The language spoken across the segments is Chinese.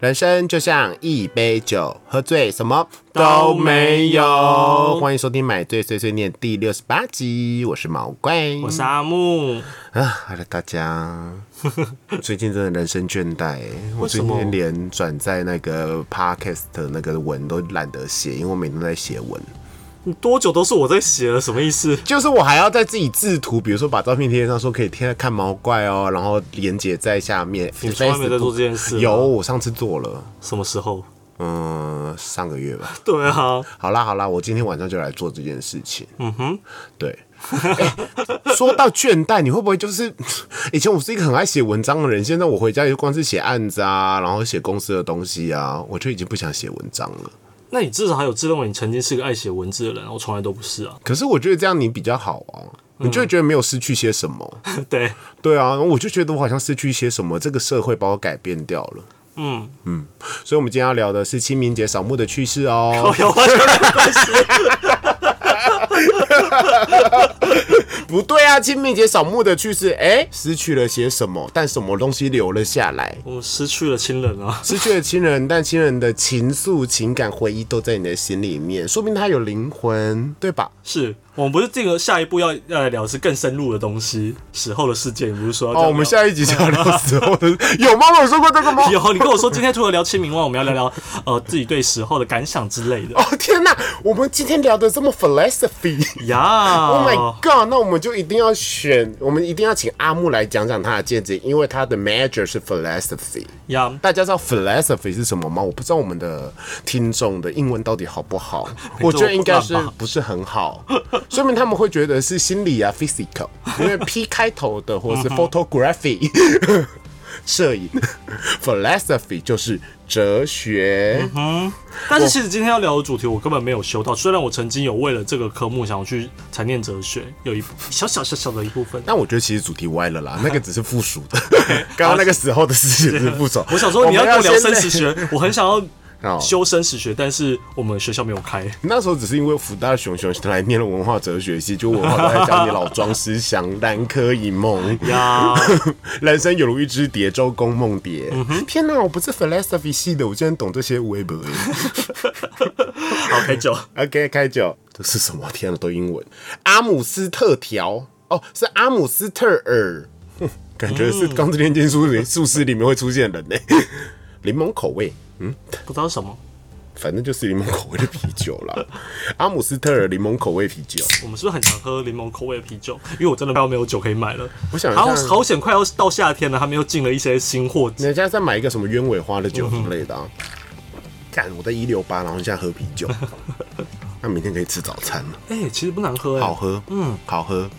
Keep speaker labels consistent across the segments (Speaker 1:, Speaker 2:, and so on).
Speaker 1: 人生就像一杯酒，喝醉什么
Speaker 2: 都没有
Speaker 1: 欢迎收听《买醉碎碎念》第六十八集，我是毛怪，
Speaker 2: 我是阿木，
Speaker 1: 啊，Hello 大家， 最近真的人生倦怠欸，我
Speaker 2: 为
Speaker 1: 最
Speaker 2: 什么
Speaker 1: 近连转载那个 Podcast 的那个文都懒得写，因为我每天都在写文，
Speaker 2: 你嗯多久都是我在写了，什么意思？
Speaker 1: 就是我还要在自己制图，比如说把照片贴上，说可以贴看毛怪哦，然后连接在下面。
Speaker 2: 你从来没在做这件事吗
Speaker 1: 有，我上次做了，
Speaker 2: 什么时候？
Speaker 1: 嗯，上个月吧。
Speaker 2: 对啊，
Speaker 1: 好啦好啦，我今天晚上就来做这件事情。
Speaker 2: 嗯哼，
Speaker 1: 对。 欸说到倦怠，你会不会就是 以前我是一个很爱写文章的人，现在我回家就光是写案子啊，然后写公司的东西啊，我就已经不想写文章了。
Speaker 2: 那你至少还有自认为你曾经是个爱写文字的人，我从来都不是啊。
Speaker 1: 可是我觉得这样你比较好啊，你就会觉得没有失去些什么。
Speaker 2: 对，
Speaker 1: 对啊，我就觉得我好像失去一些什么，这个社会把我改变掉了。
Speaker 2: 嗯
Speaker 1: 嗯，所以我们今天要聊的是清明节扫墓的趣事哦
Speaker 2: 我， 有啊，
Speaker 1: 不对啊，清明节扫墓的趣事，哎、失去了些什么，但什么东西留了下来？
Speaker 2: 我们失去了亲人啊。
Speaker 1: 失去了亲人，但亲人的情愫、情感、回忆都在你的心里面，说明他有灵魂，对吧？
Speaker 2: 是我们不是这个下一步要要来聊是更深入的东西，死后的世界，你不是说要这
Speaker 1: 哦，
Speaker 2: 样聊
Speaker 1: 我们下一集就要聊死后的，有吗？我有说过这个吗？
Speaker 2: 有你跟我说，今天除了聊清明外，我们要聊聊呃自己对死后的感想之类的
Speaker 1: 哦天哪，我们今天聊的这么 philosophy。
Speaker 2: 呀。
Speaker 1: Oh my god！那我们就一定要选，我们一定要请阿木来讲讲他的见解，因为他的 major 是 philosophy。
Speaker 2: 呀，
Speaker 1: 大家知道 philosophy 是什么吗？我不知道我们的听众的英文到底好不 好，我觉得应该是不是很好，说明他们会觉得是心理啊 physical，因为 P 开头的或 是 photography 摄影 philosophy 就是哲
Speaker 2: 嗯
Speaker 1: 学。
Speaker 2: 但是其实今天要聊的主题我根本没有修到，虽然我曾经有为了这个科目想要去才念哲学，有一小小小小的一部分。
Speaker 1: 但我觉得其实主题歪了啦，那个只是附属 的，刚刚那个死后的事情只是附属。
Speaker 2: 我想说你要
Speaker 1: 们
Speaker 2: 跟我聊
Speaker 1: 先
Speaker 2: 生死学，我很想
Speaker 1: 哦
Speaker 2: 要修生死学，但是我们学校没有开。
Speaker 1: 那时候只是因为福大熊熊来念了文化哲学系，就文化都在教你老庄思想、南柯一梦
Speaker 2: 呀，
Speaker 1: 人生有如一只蝶，周公梦蝶。天哪，我不是 philosophy 系的，我竟然懂这些微博。
Speaker 2: 好开酒，
Speaker 1: OK，开酒，这是什么？天哪，都英文。阿姆斯特条，哦，是阿姆斯特尔， 哼感觉是《钢之炼金术》里术士里面会出现的人呢。 柠檬口味，
Speaker 2: 不知道是什么，
Speaker 1: 反正就是柠檬口味的啤酒啦。阿姆斯特尔柠檬口味啤酒。
Speaker 2: 我们是不是很常喝柠檬口味的啤酒？因为我真的快要没有酒可以买了。
Speaker 1: 我想一下
Speaker 2: 好好险，快要到夏天了，还没有进了一些新货。
Speaker 1: 人家在买一个什么鸢尾花的酒之类的啊。干、我在一六八，然后现在喝啤 酒，那明天可以吃早餐了，
Speaker 2: 哎、其实不难喝、哎
Speaker 1: 好喝，嗯，好喝。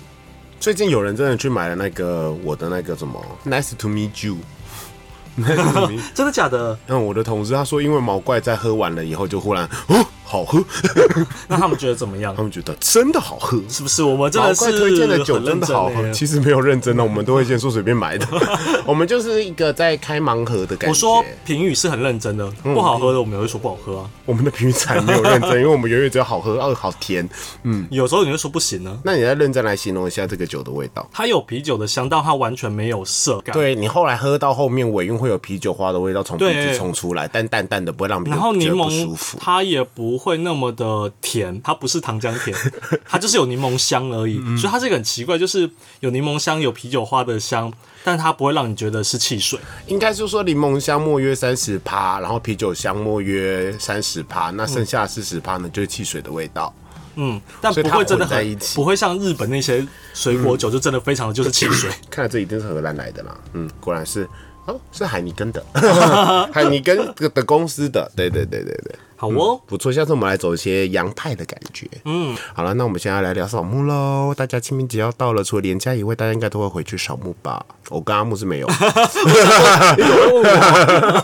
Speaker 1: 最近有人真的去买了那个我的那个什么，Nice to meet you。Nice to meet you
Speaker 2: 真的假的？
Speaker 1: 嗯，我的同事他说，因为毛怪在喝完了以后就忽然哦，好喝，
Speaker 2: 那他们觉得怎么样
Speaker 1: 他？们觉得真的好喝。
Speaker 2: 是不是我们真
Speaker 1: 毛
Speaker 2: 的
Speaker 1: 怪
Speaker 2: 是
Speaker 1: 推荐的酒
Speaker 2: 很
Speaker 1: 真
Speaker 2: 认
Speaker 1: 的
Speaker 2: 真
Speaker 1: 好喝，
Speaker 2: 哎
Speaker 1: 其实没有认真的，我们都会先说随便买 的，我们就是一个在开盲盒的感觉。嗯
Speaker 2: 我说评语是很认真的，不好喝的我们也会说不好喝啊。
Speaker 1: 我们的评语才没有认真，因 为我们永远只有好喝，哦，好甜。嗯，
Speaker 2: 有时候你会说不行呢、
Speaker 1: 那你再认真来形容一下这个酒的味道。
Speaker 2: 它有啤酒的香，但它完全没有涩感。，
Speaker 1: 对你后来喝到后面尾韵会有啤酒花的味道从鼻子
Speaker 2: 对
Speaker 1: 冲出来，但淡淡的不会让别
Speaker 2: 然后
Speaker 1: 人觉
Speaker 2: 柠
Speaker 1: 得不
Speaker 2: 檬
Speaker 1: 舒服。
Speaker 2: 它也不会那么的甜，它不是糖浆 甜，它就是有柠檬香而已。
Speaker 1: 嗯
Speaker 2: 所以它这个很奇怪，就是有柠檬香，有啤酒花的香，但它不会让你觉得是汽水。
Speaker 1: 应该是说柠檬香莫约三十趴，然后啤酒香莫约三十趴，那剩下四十趴呢就是汽水的味道。
Speaker 2: 嗯，但
Speaker 1: 所以
Speaker 2: 不
Speaker 1: 它
Speaker 2: 会真的
Speaker 1: 混在一
Speaker 2: 很
Speaker 1: 起嗯
Speaker 2: 不会像日本那些水果酒，就真的非常的就是汽 水。
Speaker 1: 看来这一定是荷兰来的啦。嗯，果然是。哦，是海尼根的， 海尼根的的公司的，对对对对对。
Speaker 2: 好哦，
Speaker 1: 不错，下次我们来走一些洋派的感觉。嗯，好了，那我们现在来聊扫墓喽。大家清明节要到了，除了年假以外，大家应该都会回去扫墓吧？我跟阿木是没有，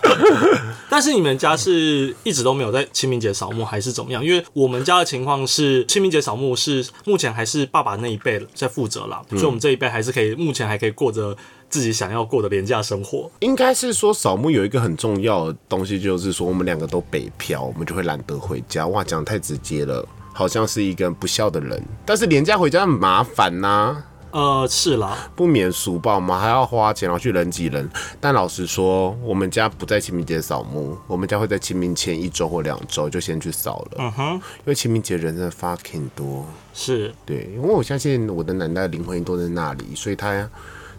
Speaker 2: 但是你们家是一直都没有在清明节扫墓，还是怎么样？因为我们家的情况是，清明节扫墓是目前还是爸爸那一辈在负责啦，所以我们这一辈还是可以，目前还可以过着自己想要过的廉价生活。
Speaker 1: 应该是说扫墓有一个很重要的东西，就是说我们两个都北漂，我们就会懒得回家。哇，讲得太直接了，好像是一个不孝的人。但是年假回家很麻烦呐、
Speaker 2: 呃，是啦，
Speaker 1: 啊不免俗吧，我们还要花钱然后去人挤人。但老实说，我们家不在清明节扫墓，我们家会在清明前一周或两周就先去扫了，
Speaker 2: 嗯哼，
Speaker 1: 因为清明节人真的 fucking 多。
Speaker 2: 是
Speaker 1: 对，因为我相信我的奶奶的灵魂都在那里，所以她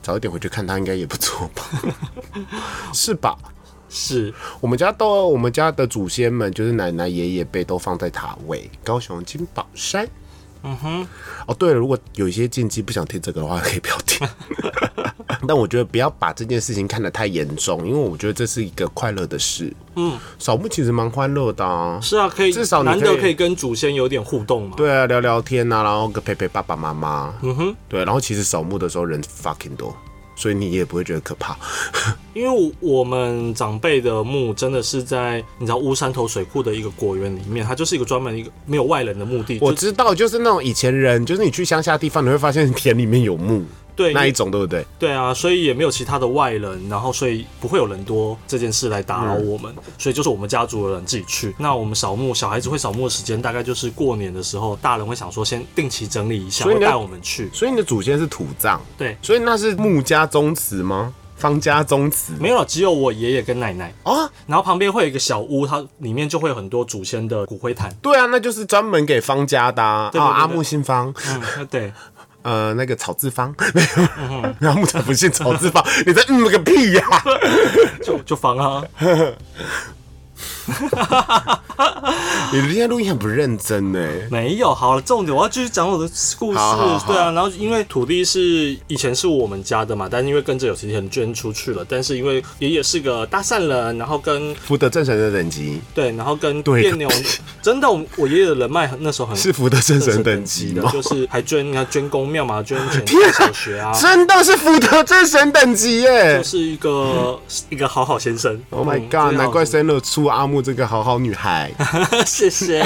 Speaker 1: 早一点回去看她应该也不错吧， 是吧？
Speaker 2: 是，
Speaker 1: 我们家都我们家的祖先们就是奶奶爷爷辈都放在塔位，高雄金宝山。
Speaker 2: 嗯哼，
Speaker 1: 哦，对了，如果有一些禁忌不想听这个的话， 可以不要听。但我觉得不要把这件事情看得太严重，因为我觉得这是一个快乐的事。
Speaker 2: 嗯，
Speaker 1: 扫墓其实蛮欢乐的啊。
Speaker 2: 是啊，可以，
Speaker 1: 至少你
Speaker 2: 难得
Speaker 1: 可以
Speaker 2: 可以跟祖先有点互动嘛。
Speaker 1: 对啊，聊聊天啊，然后陪陪爸爸妈妈。
Speaker 2: 嗯哼，
Speaker 1: 对，然后其实扫墓的时候人 fucking 多，所以你也不会觉得可怕。
Speaker 2: 因为我们长辈的墓真的是在你知道乌山头水库的一个果园里面，它就是一个专门一个没有外人的墓地。
Speaker 1: 我
Speaker 2: 就
Speaker 1: 知道，就是那种以前人，就是你去乡下地方，你会发现田里面有墓
Speaker 2: 对
Speaker 1: 那一种，对不对？
Speaker 2: 对啊，所以也没有其他的外人，然后所以不会有人多这件事来打扰我们，所以就是我们家族的人自己去。那我们扫墓，小孩子会扫墓的时间大概就是过年的时候，大人会想说先定期整理一下，
Speaker 1: 所以
Speaker 2: 会
Speaker 1: 你要
Speaker 2: 带我们去。
Speaker 1: 所以你的祖先是土葬，
Speaker 2: 对，
Speaker 1: 所以那是穆家宗祠吗？方家宗祠
Speaker 2: 没有了，只有我爷爷跟奶奶，
Speaker 1: 啊？
Speaker 2: 然后旁边会有一个小屋，它里面就会有很多祖先的骨灰坛。
Speaker 1: 对啊，那就是专门给方家的啊，
Speaker 2: 对对
Speaker 1: 啊
Speaker 2: 对
Speaker 1: 阿木新方，
Speaker 2: 嗯， 对，
Speaker 1: 呃，那个草字 方，没有，阿木才不信草字方，你在嗯个屁呀、
Speaker 2: 就就放啊，
Speaker 1: 你今天录音很不认真呢、
Speaker 2: 没有。好了，重点我要继续讲我的故事。
Speaker 1: 好好好
Speaker 2: 对啊，然后因为土地是以前是我们家的嘛，但是因为跟着有些人捐出去了，但是因为爷爷是个搭讪人，然后跟
Speaker 1: 福德正神的等级
Speaker 2: 对，然后跟
Speaker 1: 对
Speaker 2: 别扭， 真的，我我爷爷的人脉很那时候很
Speaker 1: 是福德正神等级哦
Speaker 2: 级的
Speaker 1: 吗，？
Speaker 2: 就是还捐你看捐公庙嘛，捐 钱小学啊。
Speaker 1: 真的是福德正神等级耶、
Speaker 2: 就是一个 一个好好先生。
Speaker 1: Oh my
Speaker 2: 嗯
Speaker 1: god！、难怪
Speaker 2: 真
Speaker 1: 生
Speaker 2: 的好先生
Speaker 1: 了出阿木这个好好女 孩。
Speaker 2: 谢谢。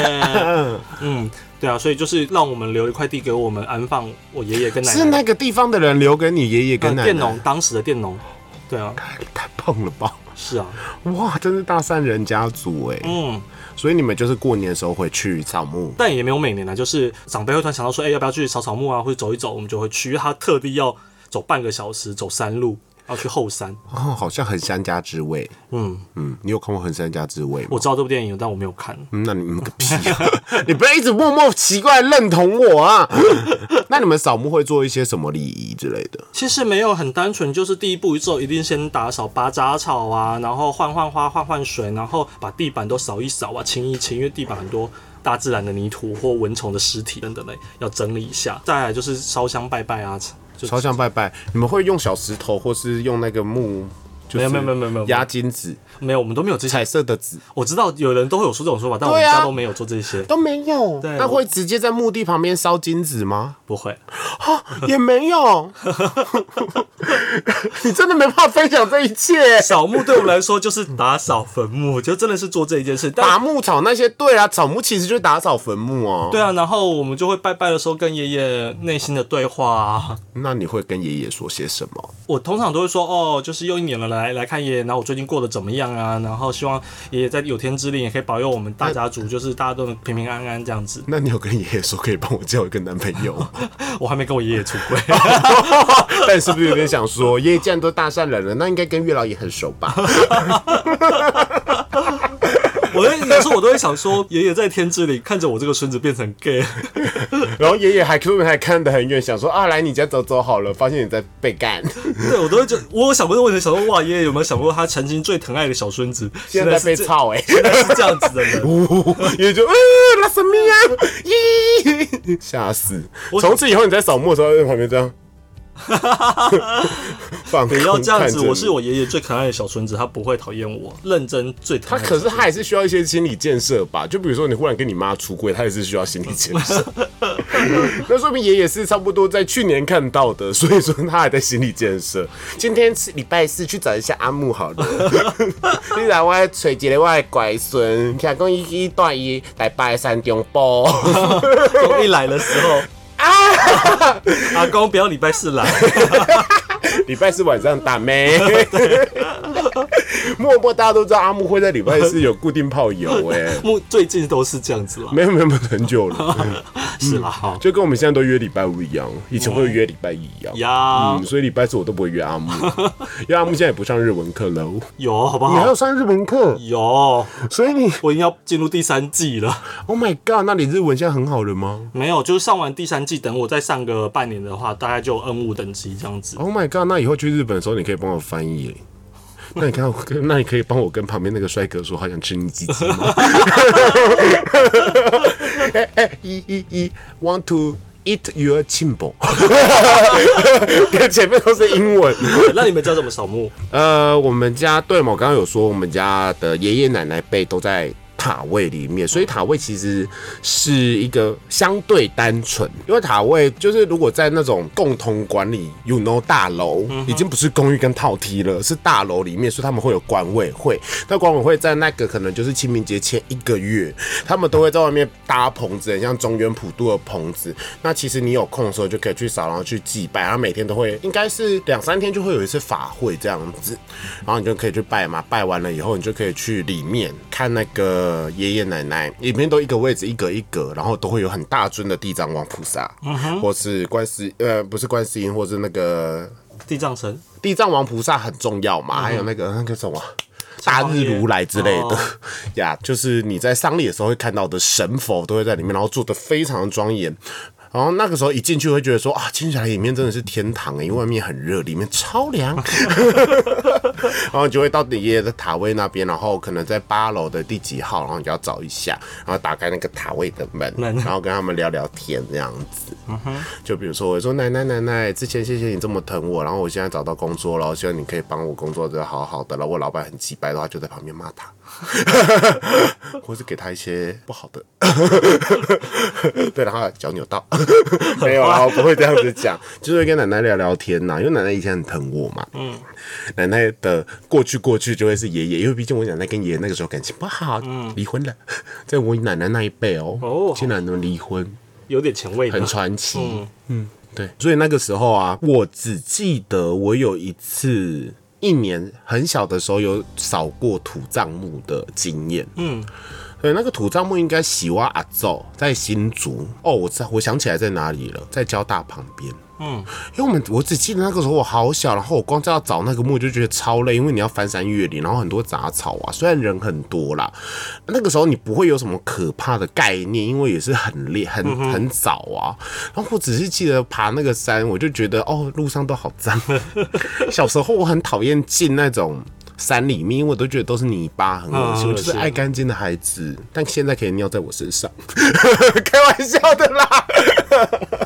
Speaker 2: 嗯，对啊，所以就是让我们留一块地给我们安放我爷爷跟奶奶。
Speaker 1: 是那个地方的人留给你爷爷跟
Speaker 2: 呃
Speaker 1: 奶奶。
Speaker 2: 佃农，当时的佃农。对啊，
Speaker 1: 太棒了吧！
Speaker 2: 是啊，
Speaker 1: 哇，真是大善人家族哎、
Speaker 2: 嗯，
Speaker 1: 所以你们就是过年的时候会去扫墓。
Speaker 2: 但也没有每年啊，就是长辈会突然想到说，哎、要不要去扫扫墓啊，或者走一走，我们就会去，因为他特地要走半个小时，走山路，要去后山。
Speaker 1: 哦，好像《横山家之味》。
Speaker 2: 嗯，
Speaker 1: 嗯，你有看过《横山家之味》吗
Speaker 2: 我？知道这部电影，但我没有看。
Speaker 1: 嗯那你们个屁、啊！ 你不要一直默默奇怪认同我啊！ 那你们扫墓会做一些什么礼仪之类的？
Speaker 2: 其实没有很单纯，就是第一步骤一定先打扫拔杂草啊，然后换换花、换换水，然后把地板都扫一扫啊，清一清，因为地板很多大自然的泥土或蚊虫的尸体等等的，要整理一下。再来就是烧香拜拜啊，就
Speaker 1: 烧香拜拜，你们会用小石头或是用那个木？就
Speaker 2: 没
Speaker 1: 是
Speaker 2: 有没有没有没有没有
Speaker 1: 压金纸、
Speaker 2: 没有，我们都没有这些。
Speaker 1: 彩色的纸
Speaker 2: 我知道有人都会有说这种说法，但我
Speaker 1: 对啊
Speaker 2: 们家都没有做这些，
Speaker 1: 都没有。
Speaker 2: 对
Speaker 1: 那会直接在墓地旁边烧金纸吗？
Speaker 2: 不会。
Speaker 1: 啊 也没有，你真的没办法分享这一 切。
Speaker 2: 扫墓对我们来说就是打扫坟墓，就真的是做这一件事。但
Speaker 1: 打牧草那些，对啊，草木其实就是打扫坟墓哦、
Speaker 2: 对啊，然后我们就会拜拜的时候跟爷爷内心的对话啊。
Speaker 1: 那你会跟爷爷说些什么？
Speaker 2: 我通常都会说哦，就是又一年了，来来看爷爷，然后我最近过得怎么样啊？然后希望爷爷在有天之灵也可以保佑我们大家族，就是大家都能平平安安这样子。
Speaker 1: 那你有跟爷爷说可以帮我交一个男朋友 吗？
Speaker 2: 我还没跟我爷爷出轨，
Speaker 1: 哦但是不是有点想说，爷爷既然都大善人了，那应该跟月老也很熟吧？
Speaker 2: 我有时候我都会想说，爷爷在天之灵看着我这个孙子变成 gay，
Speaker 1: 然后爷爷还说不定还看得很远，想说啊，来你家走走好了，发现你在被 干，
Speaker 2: 对我都会觉得，我有想过这个问题，想说哇，爷爷有没有想过他曾经最疼爱的小孙子
Speaker 1: 现在
Speaker 2: 在
Speaker 1: 在被
Speaker 2: 是这
Speaker 1: 操哎、
Speaker 2: 原来是这样子 的人。
Speaker 1: 也就呃，那什么呀？ 咦， 吓死！从此以后你在扫墓的时候，在旁边这 样，放
Speaker 2: 不
Speaker 1: 空
Speaker 2: 要这样子，
Speaker 1: 看着你
Speaker 2: 我是我爷爷最可爱的小孙子，他不会讨厌我，认真最疼
Speaker 1: 他
Speaker 2: 爱的
Speaker 1: 可是
Speaker 2: 小孙
Speaker 1: 他还是需要一些心理建设吧？就比如说你忽然跟你妈出柜，他也是需要心理建设。那说明爷爷是差不多在去年看到的，所以说他还在心理建设。今天是礼拜四，去找一下阿木好了。你来我找一个我的乖孙，听讲伊去带伊来拜山中 波。
Speaker 2: 子阿公一来的时 候。
Speaker 1: 啊
Speaker 2: 阿公，不要礼拜四来。
Speaker 1: 礼拜四晚上打妹。默默大家都知道阿木会在礼拜四有固定泡友哎、
Speaker 2: 目最近都是这样子啦，
Speaker 1: 没有没有没有很久了，
Speaker 2: 是
Speaker 1: 嗯
Speaker 2: 啦，好
Speaker 1: 就跟我们现在都约礼拜五一样，以前会约礼拜一一样。
Speaker 2: 呀
Speaker 1: 嗯，，所以礼拜四我都不会约阿木，因为阿木现在也不上日文课喽。
Speaker 2: 有好不
Speaker 1: 你还
Speaker 2: 好
Speaker 1: 要？上日文课，
Speaker 2: 有，
Speaker 1: 所以你
Speaker 2: 我已经要进入第三季了。
Speaker 1: ，Oh my God，那你日文现在很好了吗
Speaker 2: 没有，就是上完第三季，等我再上个半年的话，大概就 N 五等级这样子。
Speaker 1: ？Oh my God，那以后去日本的时候，你可以帮我翻译耶。那你看我跟，那你可以帮我跟旁边那个帅哥说，好想吃你鸡鸡吗？哎哎，一一一，want to eat your chimbo，前面都是英文。
Speaker 2: 对那你们叫什么扫墓？
Speaker 1: 呃，我们家对嘛，我刚刚有说，我们家的爷爷奶奶辈都在塔位里面，所以塔位其实是一个相对单纯，因为塔位就是如果在那种共同管理，you know 大楼，已经不是公寓跟套梯了，是大楼里面，所以他们会有管委会。那管委会在那个可能就是清明节前一个月，他们都会在外面搭棚子，很像中原普渡的棚子。那其实你有空的时候就可以去扫，然后去祭拜，然后每天都会，应该是两三天就会有一次法会这样子，然后你就可以去拜嘛，拜完了以后你就可以去里面看那个爷爷奶奶，里面都一个位置一格一格，然后都会有很大尊的地藏王菩萨，或是观世呃不是观世音，或是那个
Speaker 2: 地藏神？
Speaker 1: 地藏王菩萨很重要嘛，还有那个那个什么。大日如来之类的
Speaker 2: 哦
Speaker 1: 呀就是你在丧礼的时候会看到的神佛都会在里面，然后做的非常的庄严。然后那个时候一进去会觉得说啊，听起来里面真的是天堂诶、欸因为外面很热，里面超凉。 然后你就会到你爷爷的塔位那边，然后可能在八楼的第几号，然后你就要找一下，然后打开那个塔位的门，
Speaker 2: 门
Speaker 1: 然后跟他们聊聊天这样子。就比如说我说奶奶奶奶，之前谢谢你这么疼我，然后我现在找到工作了，希望你可以帮我工作的好好的。然后我老板很鸡掰的话，就在旁边骂他， 或是给他一些不好的，对，然后脚扭到，没有啦，我不会这样子讲，就是会跟奶奶聊聊天呐，因为奶奶以前很疼我嘛，嗯，奶奶的过去过去就会是爷爷，因为毕竟我奶奶跟爷爷那个时候感情不好，离婚了，在我奶奶那一辈
Speaker 2: 哦
Speaker 1: 嗯哦，竟然能离婚，
Speaker 2: 有点前卫的
Speaker 1: 很。传奇。嗯对。所以那个时候啊，我只记得我有一次一年很小的时候有扫过土葬墓的经验。嗯。对，那个土葬墓应该喜哇阿奏在新竹哦，我知道，我想起来在哪里了，在交大旁边。嗯，因为我们我只记得那个时候我好小，然后我光是要找那个墓就觉得超累，因为你要翻山越岭，然后很多杂草啊，虽然人很多啦，那个时候你不会有什么可怕的概念，因为也是很累、很很早啊。然后我只是记得爬那个山，我就觉得哦，路上都好脏。小时候我很讨厌进那种山里面，因为我都觉得都是泥巴，很恶心。
Speaker 2: 嗯
Speaker 1: 我就是
Speaker 2: 是
Speaker 1: 爱干净的孩子，但现在可以尿在我身上， 开玩笑的啦。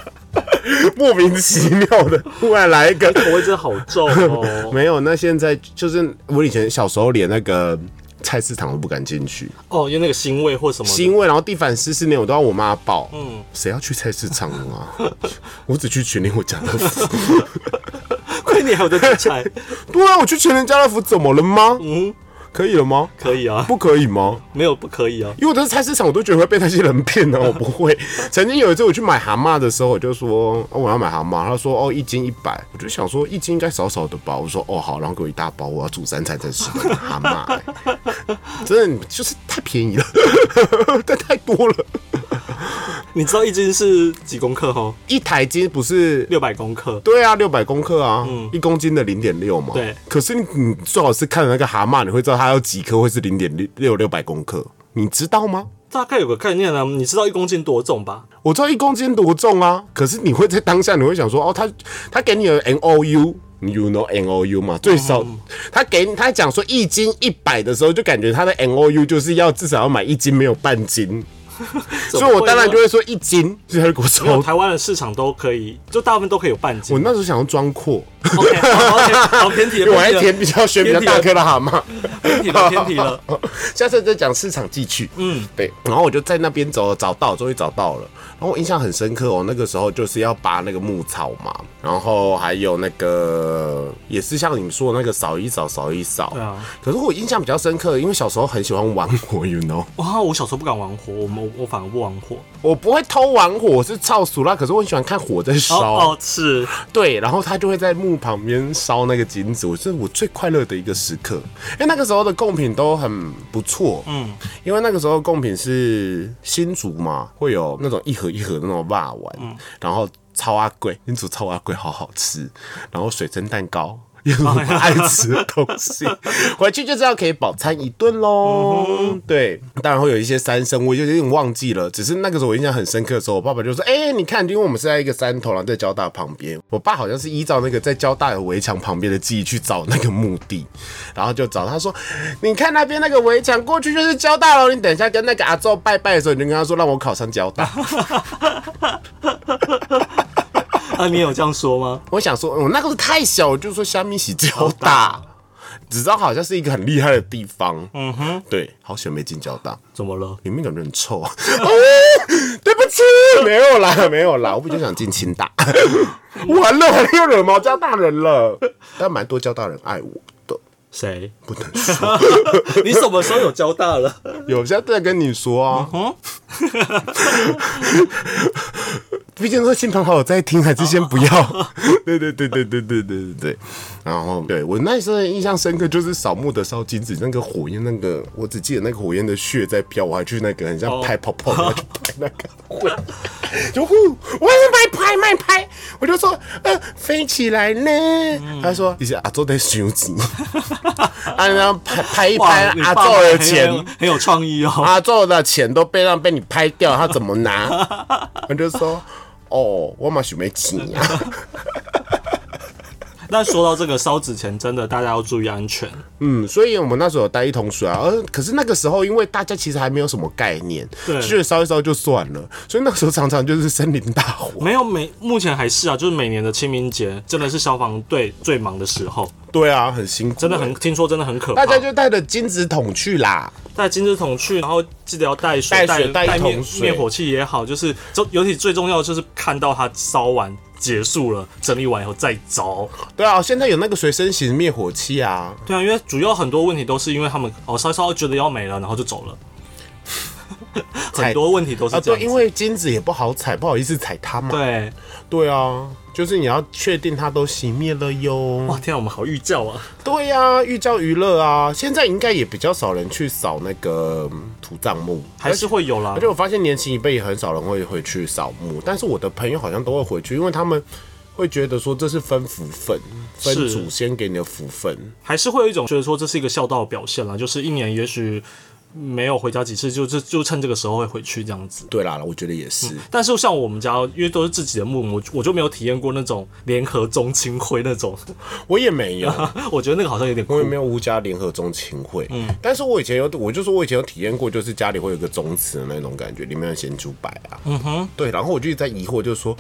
Speaker 1: 莫名其妙的，突然来一个，
Speaker 2: 口味真的好重哦！
Speaker 1: 没有，那现在就是我以前小时候连那个菜市场都不敢进去，
Speaker 2: 哦，因为那个腥味或什么的，
Speaker 1: 腥味，然后地板湿湿黏，我都要我妈抱。嗯，谁要去菜市场 啊？我只去全联我家乐福。
Speaker 2: 亏你还有在煮菜，
Speaker 1: 对啊，我去全联家乐福怎么了吗？嗯，可以了吗？
Speaker 2: 可以啊，
Speaker 1: 不可以吗？
Speaker 2: 没有不可以啊。
Speaker 1: 因为我在菜市场，我都觉得会被那些人骗啊 呢、我不会。曾经有一次我去买蛤蟆的时候，我就说、哦、我要买蛤蟆，他说哦一斤一百，我就想说一斤应该少少的吧，我说哦好，然后给我一大包，我要煮三餐才吃的蛤蟆、欸真的就是太便宜了， 但太多了，
Speaker 2: 你知道一斤是几公克哦？
Speaker 1: 一台斤不是
Speaker 2: 六百公克。
Speaker 1: 对啊，六百公克啊，一公斤的零点六嘛。
Speaker 2: 对
Speaker 1: 可是你你最好是看那个蛤蟆，你会知道它有几颗会是零点六六百公克，你知道吗？
Speaker 2: 大概有个概念啊，你知道一公斤多重吧？
Speaker 1: 我知道一公斤多重啊，可是你会在当下你会想说，哦，他他给你的 N O U。You know N O U 嘛，最少
Speaker 2: 嗯
Speaker 1: 他给你他讲说一斤一百的时候，就感觉他的 N O U 就是要至少要买一斤，没有半 斤，所以我当然就
Speaker 2: 会
Speaker 1: 会说一斤，所以他就给我
Speaker 2: 没有
Speaker 1: 抽。
Speaker 2: 台湾的市场都可以，就大部分都可以有半斤
Speaker 1: 哦我。那时候想要装阔，
Speaker 2: OK，好，OK，好，偏题
Speaker 1: 因
Speaker 2: 了，
Speaker 1: 为我还
Speaker 2: 偏
Speaker 1: 填
Speaker 2: 题
Speaker 1: 比较选比较大颗的蛤蟆。
Speaker 2: 了，偏题 了，偏题了。
Speaker 1: 下次再讲市场寄去。嗯，对。然后我就在那边走，找到，终于找到了。然后我印象很深刻哦，那个时候就是要拔那个牧草嘛，然后还有那个也是像你们说的那个扫一扫，扫一扫。
Speaker 2: 对啊
Speaker 1: 可是我印象比较深刻，因为小时候很喜欢玩火，you know。
Speaker 2: 哇，我小时候不敢玩火，我们我反而不玩火。
Speaker 1: 我不会偷玩火，我是超熟啦。可是我很喜欢看火在
Speaker 2: 哦
Speaker 1: 烧。啊
Speaker 2: 哦，是
Speaker 1: 对，然后他就会在墓旁边烧那个金子，我是我最快乐的一个时刻。因为那个时候候的贡品都很不错，
Speaker 2: 嗯，
Speaker 1: 因为那个时候贡品是新竹嘛，会有那种一盒一盒的那种辣丸，然后超阿贵，新竹超阿贵好好吃，然后水蒸蛋糕。也是我们爱吃的东西，回去就知道可以饱餐一顿喽。对，当然会有一些山参，我就有点忘记了。只是那个时候我印象很深刻的时候，我爸爸就说：“哎、你看，因为我们是在一个山头，然后在交大旁边。我爸好像是依照那个在交大的围墙旁边的记忆去找那个墓地，然后就找他说：‘你看那边那个围墙，过去就是交大了。你等一下跟那个阿宙拜拜的时候，你就跟他说让我考上交大。’
Speaker 2: 啊，你有这样说吗？
Speaker 1: 我想说，嗯我那个时候太小，我就说虾米洗交大，只知道好像是一个很厉害的地方。嗯哼，对，好久没进交大，
Speaker 2: 怎么了？
Speaker 1: 里面感觉很臭啊。哦，对不起，没有啦，没有啦，我不就想进清大，完了，又惹毛交大人了。但蛮多交大人爱我的，
Speaker 2: 谁？
Speaker 1: 不能说。
Speaker 2: 你什么时候有交大了？
Speaker 1: 有些在跟你说啊， 毕竟说亲朋好友在听，还是先不要。对对对对对对对对对。然后对我那时候印象深刻就是扫墓的烧金纸，那个火焰，那个我只记得那个火焰的血在飘，我还去那个很像拍泡泡，然后去拍那个火，就呼，我也卖拍卖拍，我就说呃飞起来呢，他说嗯你是阿周在收钱， 啊然后拍拍 一拍
Speaker 2: 你
Speaker 1: 阿
Speaker 2: 爸
Speaker 1: 周
Speaker 2: 妈
Speaker 1: 的
Speaker 2: 很有
Speaker 1: 钱。
Speaker 2: 很有创意哦。
Speaker 1: 阿宙的钱都被让被你拍掉，他怎么 拿？我就说，哦，我嘛想要钱啊，
Speaker 2: 那说到这个烧纸钱，真的大家要注意安全。
Speaker 1: 嗯，所以我们那时候有带一桶水啊，呃，可是那个时候因为大家其实还没有什么概念，
Speaker 2: 对
Speaker 1: 就是烧一烧就算了，所以那个时候常常就是森林大火，
Speaker 2: 没有每目前还是啊，就是每年的清明节真的是消防队最忙的时候，
Speaker 1: 对啊，很辛苦，
Speaker 2: 真的很听说真的很可
Speaker 1: 大
Speaker 2: 怕。
Speaker 1: 家就带着金纸桶去啦，
Speaker 2: 带金纸桶去，然后记得要带水、
Speaker 1: 带水带一
Speaker 2: 灭
Speaker 1: 桶水
Speaker 2: 灭火器也好，就是就尤其最重要的就是看到它烧完结束了，整理完以后再着。
Speaker 1: 对啊，现在有那个随身型灭火器啊，
Speaker 2: 对啊，因为主要很多问题都是因为他们哦烧一烧觉得要没了，然后就走了。 很多问题都
Speaker 1: 啊，
Speaker 2: 是这
Speaker 1: 对，
Speaker 2: 样
Speaker 1: 因
Speaker 2: 子。
Speaker 1: 为金纸也不好踩，不好意思踩它嘛，
Speaker 2: 对，
Speaker 1: 对啊，就是你要确定它都熄灭了哟，
Speaker 2: 哇，天啊，我们好寓教啊！
Speaker 1: 对呀、寓教于乐啊，现在应该也比较少人去扫那个嗯土葬墓，
Speaker 2: 还是会有啦
Speaker 1: 而且。而且我发现年轻一辈也很少人会回去扫墓，但是我的朋友好像都会回去，因为他们会觉得说这是分福分，分
Speaker 2: 是
Speaker 1: 祖先给你的福分。
Speaker 2: 还是会有一种觉得说这是一个孝道的表现啦，就是一年也许没有回家几次，就就就趁这个时候会回去这样子。
Speaker 1: 对啦，我觉得也是。
Speaker 2: 但是像我们家，因为都是自己的木母，我就没有体验过那种联合宗亲会那种，
Speaker 1: 我也没有，
Speaker 2: 我觉得那个好像有点
Speaker 1: 我
Speaker 2: 酷
Speaker 1: 也。没有乌家联合宗亲会。嗯，但是我以前有，我就说我以前有体验过，就是家里会有一个宗祠的那种感觉，里面有咸猪白啊。嗯哼，对。然后我就一直在疑惑，就是说，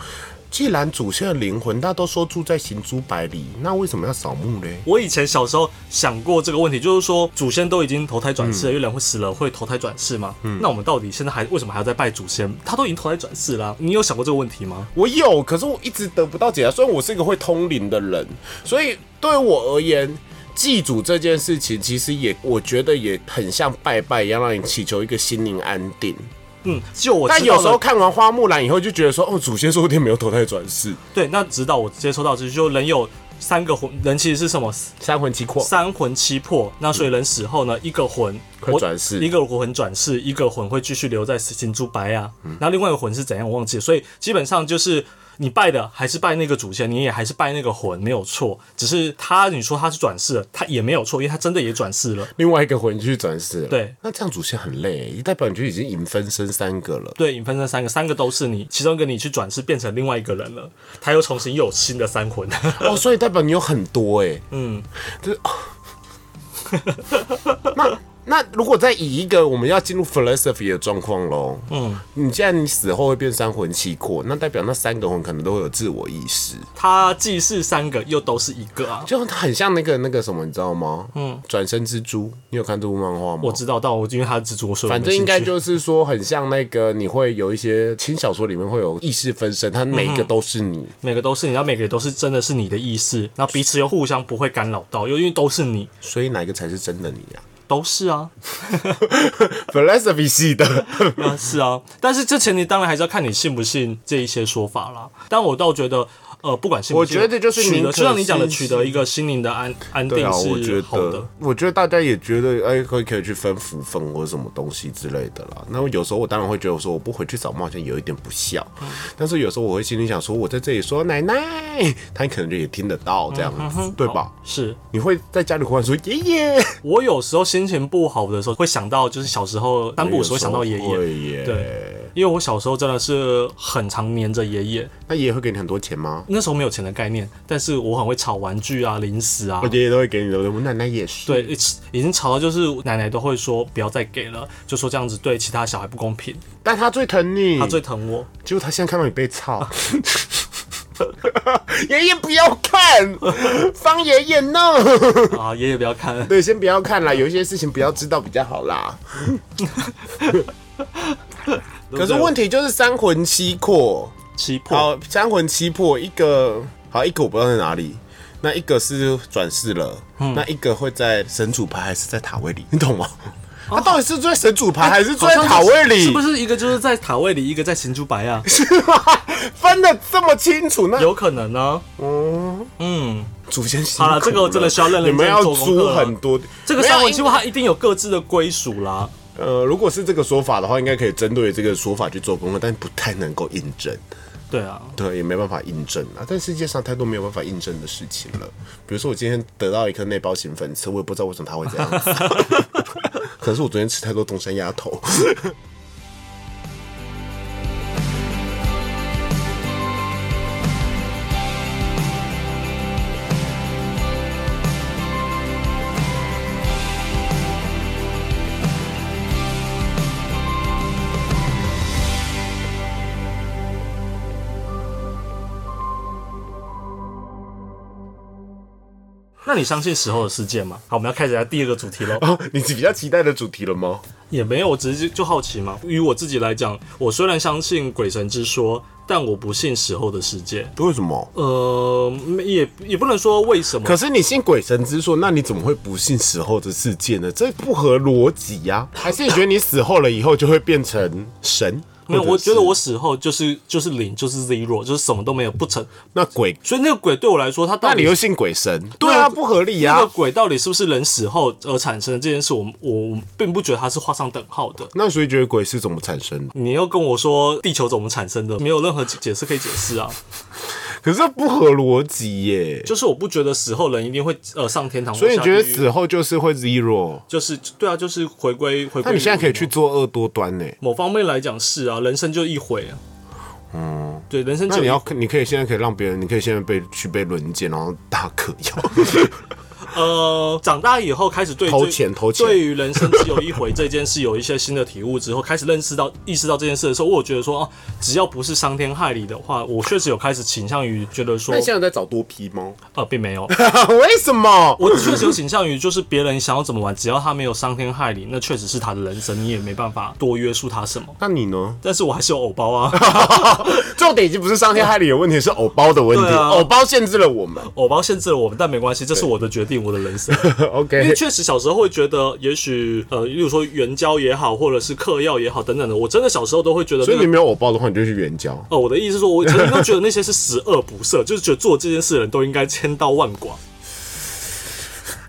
Speaker 1: 既然祖先的灵魂大家都说住在咸猪白里，那为什么要扫墓嘞？
Speaker 2: 我以前小时候想过这个问题，就是说祖先都已经投胎转世了，因为人会死了会投胎转世嘛。那我们到底现在还为什么还要再拜祖先？他都已经投胎转世啦、你有想过这个问题吗？
Speaker 1: 我有，可是我一直得不到解答。虽然我是一个会通灵的人，所以对我而言，祭祖这件事情其实也，我觉得也很像拜拜一样，让你祈求一个心灵安定。
Speaker 2: 嗯，就我
Speaker 1: 但
Speaker 2: 知道
Speaker 1: 有时
Speaker 2: 的
Speaker 1: 候看完花木兰以后，就觉得说，哦，祖先说不定没有投胎转世，
Speaker 2: 对，那直到我接收到，就是说人有三个魂，人其实是什么？
Speaker 1: 三魂七魄。
Speaker 2: 三魂七魄，那所以人死后呢，一个魂
Speaker 1: 嗯会
Speaker 2: 我
Speaker 1: 转世
Speaker 2: 一个魂转世，一个魂会继续留在新珠白啊。
Speaker 1: 嗯
Speaker 2: 那另外一个魂是怎样，我忘记了。所以基本上就是你拜的还是拜那个祖先，你也还是拜那个魂，没有错。只是他你说他是转世了，他也没有错，因为他真的也转世了。
Speaker 1: 另外一个魂去转世了。
Speaker 2: 对，
Speaker 1: 那这样祖先很累，代表你就已经引分身三个了。
Speaker 2: 对，影分身三个，三个都是你，其中一个你去转世变成另外一个人了，他又重新又有新的三魂。
Speaker 1: 哦，所以代表你有很多哎、嗯，就是。哦 那那如果再以一个我们要进入 philosophy 的状况喽，嗯，你既然你死后会变三魂七魄，那代表那三个魂可能都会有自我意识，
Speaker 2: 他既是三个，又都是一个啊。
Speaker 1: 就很像那个那个什么，你知道吗？嗯，转身蜘蛛，你有看这部漫画吗？
Speaker 2: 我知道，但我因为他是蜘蛛，所以我
Speaker 1: 反
Speaker 2: 没
Speaker 1: 正应
Speaker 2: 兴
Speaker 1: 该
Speaker 2: 趣
Speaker 1: 就是说，很像那个你会有一些轻小说里面会有意识分身，它每一
Speaker 2: 嗯
Speaker 1: 个都是你。
Speaker 2: 每个都是你，然后每个也都是真的是你的意识，然后彼此又互相不会干扰到，又因为都是你，
Speaker 1: 所以哪一个才是真的你啊
Speaker 2: 都是啊，
Speaker 1: ？philosophy 系的，
Speaker 2: 啊那是啊。但是这前提当然还是要看你信不信这一些说法啦。但我倒觉得，呃，不管信
Speaker 1: 我
Speaker 2: 不信，
Speaker 1: 觉得就是
Speaker 2: 取
Speaker 1: 宁
Speaker 2: 得，
Speaker 1: 可
Speaker 2: 就像你讲的，
Speaker 1: 信
Speaker 2: 取得一个心灵的安安定
Speaker 1: 对啊，我觉
Speaker 2: 是好的。
Speaker 1: 得，我觉得大家也觉得，哎，可以可以去分福分或者什么东西之类的啦。那我有时候我当然会觉得，我说我不回去扫墓好像有一点不孝，
Speaker 2: 嗯
Speaker 1: 但是有时候我会心里想说，我在这里说奶奶，他可能就也听得到这样
Speaker 2: 嗯
Speaker 1: 子，对吧？
Speaker 2: 是
Speaker 1: 你会在家里忽然说爷爷，
Speaker 2: 我有时候心情不好的时候，会想到就是小时候三不五时会想到爷爷，
Speaker 1: 会耶
Speaker 2: 对因为我小时候真的是很常黏着爷爷，
Speaker 1: 那爷爷会给你很多钱吗？
Speaker 2: 那时候没有钱的概念，但是我很会炒玩具啊、零食啊
Speaker 1: 我。爷爷都会给你的，我奶奶也是。
Speaker 2: 对，已已经吵到就是奶奶都会说不要再给了，就说这样子对其他小孩不公平。
Speaker 1: 但他最疼你，
Speaker 2: 她最疼 我，
Speaker 1: 结果他现在看到你被操， 爷爷不要看，方爷爷 no。
Speaker 2: 啊，爷爷不要看。
Speaker 1: 对，先不要看啦，有一些事情不要知道比较好啦。可是问题就是三魂七魄，
Speaker 2: 七魄，
Speaker 1: 好，三魂七魄一个好一个我不知道在哪里，那一个是转世了，
Speaker 2: 嗯
Speaker 1: 那一个会在神主牌还是在塔位里， 你懂吗？他到底是住在神主牌还是住在
Speaker 2: 哦好像是
Speaker 1: 塔位里？
Speaker 2: 是不是一个就是在塔位里，一个在行珠白啊？
Speaker 1: 是吧？分的这么清楚，那
Speaker 2: 有可能啊呢。嗯嗯，
Speaker 1: 祖先辛苦
Speaker 2: 好了这个我真的需要认认
Speaker 1: 你
Speaker 2: 真
Speaker 1: 们
Speaker 2: 真
Speaker 1: 要
Speaker 2: 做功课
Speaker 1: 租
Speaker 2: 了
Speaker 1: 很多。
Speaker 2: 这个
Speaker 1: 没有
Speaker 2: 三文七
Speaker 1: 因
Speaker 2: 魄它一定有各自的归属啦。
Speaker 1: 呃，如果是这个说法的话，应该可以针对这个说法去做功课，但不太能够印证，
Speaker 2: 对啊，
Speaker 1: 对，也没办法印证啊。但世界上太多没有办法印证的事情了，比如说我今天得到一颗内包型粉刺，我也不知道为什么它会这样子， 可能是我昨天吃太多东山鸭头。
Speaker 2: 那你相信死后的世界吗？好，我们要开始来第二个主 题喽。
Speaker 1: 哦，你比较期待的主题了吗？
Speaker 2: 也没有，我只是就好奇嘛。于我自己来讲，我虽然相信鬼神之说，但我不信死后的世界。
Speaker 1: 为什么？
Speaker 2: 呃，也也不能说为什么
Speaker 1: 可。是你信鬼神之说，那你怎么会不信死后的世界呢？这不合逻辑呀！还是你觉得你死后了以后就会变成神？
Speaker 2: 没有，
Speaker 1: 或者
Speaker 2: 我觉得
Speaker 1: 是
Speaker 2: 我死后就是就是零，就是 zero，就是什么都没有，不成。
Speaker 1: 那鬼，
Speaker 2: 所以那个鬼对我来说，他到
Speaker 1: 那
Speaker 2: 底
Speaker 1: 你又信鬼神？对啊，不合理呀、
Speaker 2: 那个鬼到底是不是人死后而产生的这件事，我我我并不觉得它是画上等号的。
Speaker 1: 那所以觉得鬼是怎么产生的？
Speaker 2: 你又跟我说地球怎么产生的，没有任何解释可以解释啊。
Speaker 1: 可是不合逻辑耶。
Speaker 2: 就是我不觉得死后人一定会呃上天堂或
Speaker 1: 所
Speaker 2: 下地
Speaker 1: 以
Speaker 2: 狱，
Speaker 1: 你觉得死后就是会 zero？
Speaker 2: 就是对啊，就是回归回归。
Speaker 1: 那你现在可以去做恶多端呢？
Speaker 2: 某方面来讲是啊，人生就一回啊。嗯，对，人生
Speaker 1: 那
Speaker 2: 就
Speaker 1: 你
Speaker 2: 一
Speaker 1: 要，你可以现在可以让别人，你可以现在被去被轮奸，然后大嗑药。
Speaker 2: 呃，长大以后开始对
Speaker 1: 投
Speaker 2: 这
Speaker 1: 钱投钱
Speaker 2: 对于人生只有一回这件事有一些新的体悟之后，开始认识到意识到这件事的时候，我有觉得说哦，只要不是伤天害理的话，我确实有开始倾向于觉得说
Speaker 1: 那你现在有在找多批吗？
Speaker 2: 呃，并没有，
Speaker 1: 为什么？
Speaker 2: 我确实有倾向于就是别人想要怎么玩，只要他没有伤天害理，那确实是他的人生，你也没办法多约束他什么。
Speaker 1: 那你呢？
Speaker 2: 但是我还是有偶包啊，
Speaker 1: 重点已经不是伤天害理的问题，是偶包的问题。
Speaker 2: 对啊
Speaker 1: 偶包限制了我们。
Speaker 2: 偶包限制了我们，但没关系，这是我的决定，我的人生。因为
Speaker 1: OK，
Speaker 2: 确实小时候会觉得，也许呃，例如说援交也好，或者是嗑药也好等等的，我真的小时候都会觉得、
Speaker 1: 所
Speaker 2: 那
Speaker 1: 以
Speaker 2: 个
Speaker 1: 你没有偶包的话，你就去援交。
Speaker 2: 哦，我的意思是说，我曾经都觉得那些是十恶不赦， 就是觉得做这件事的人都应该千刀万剐。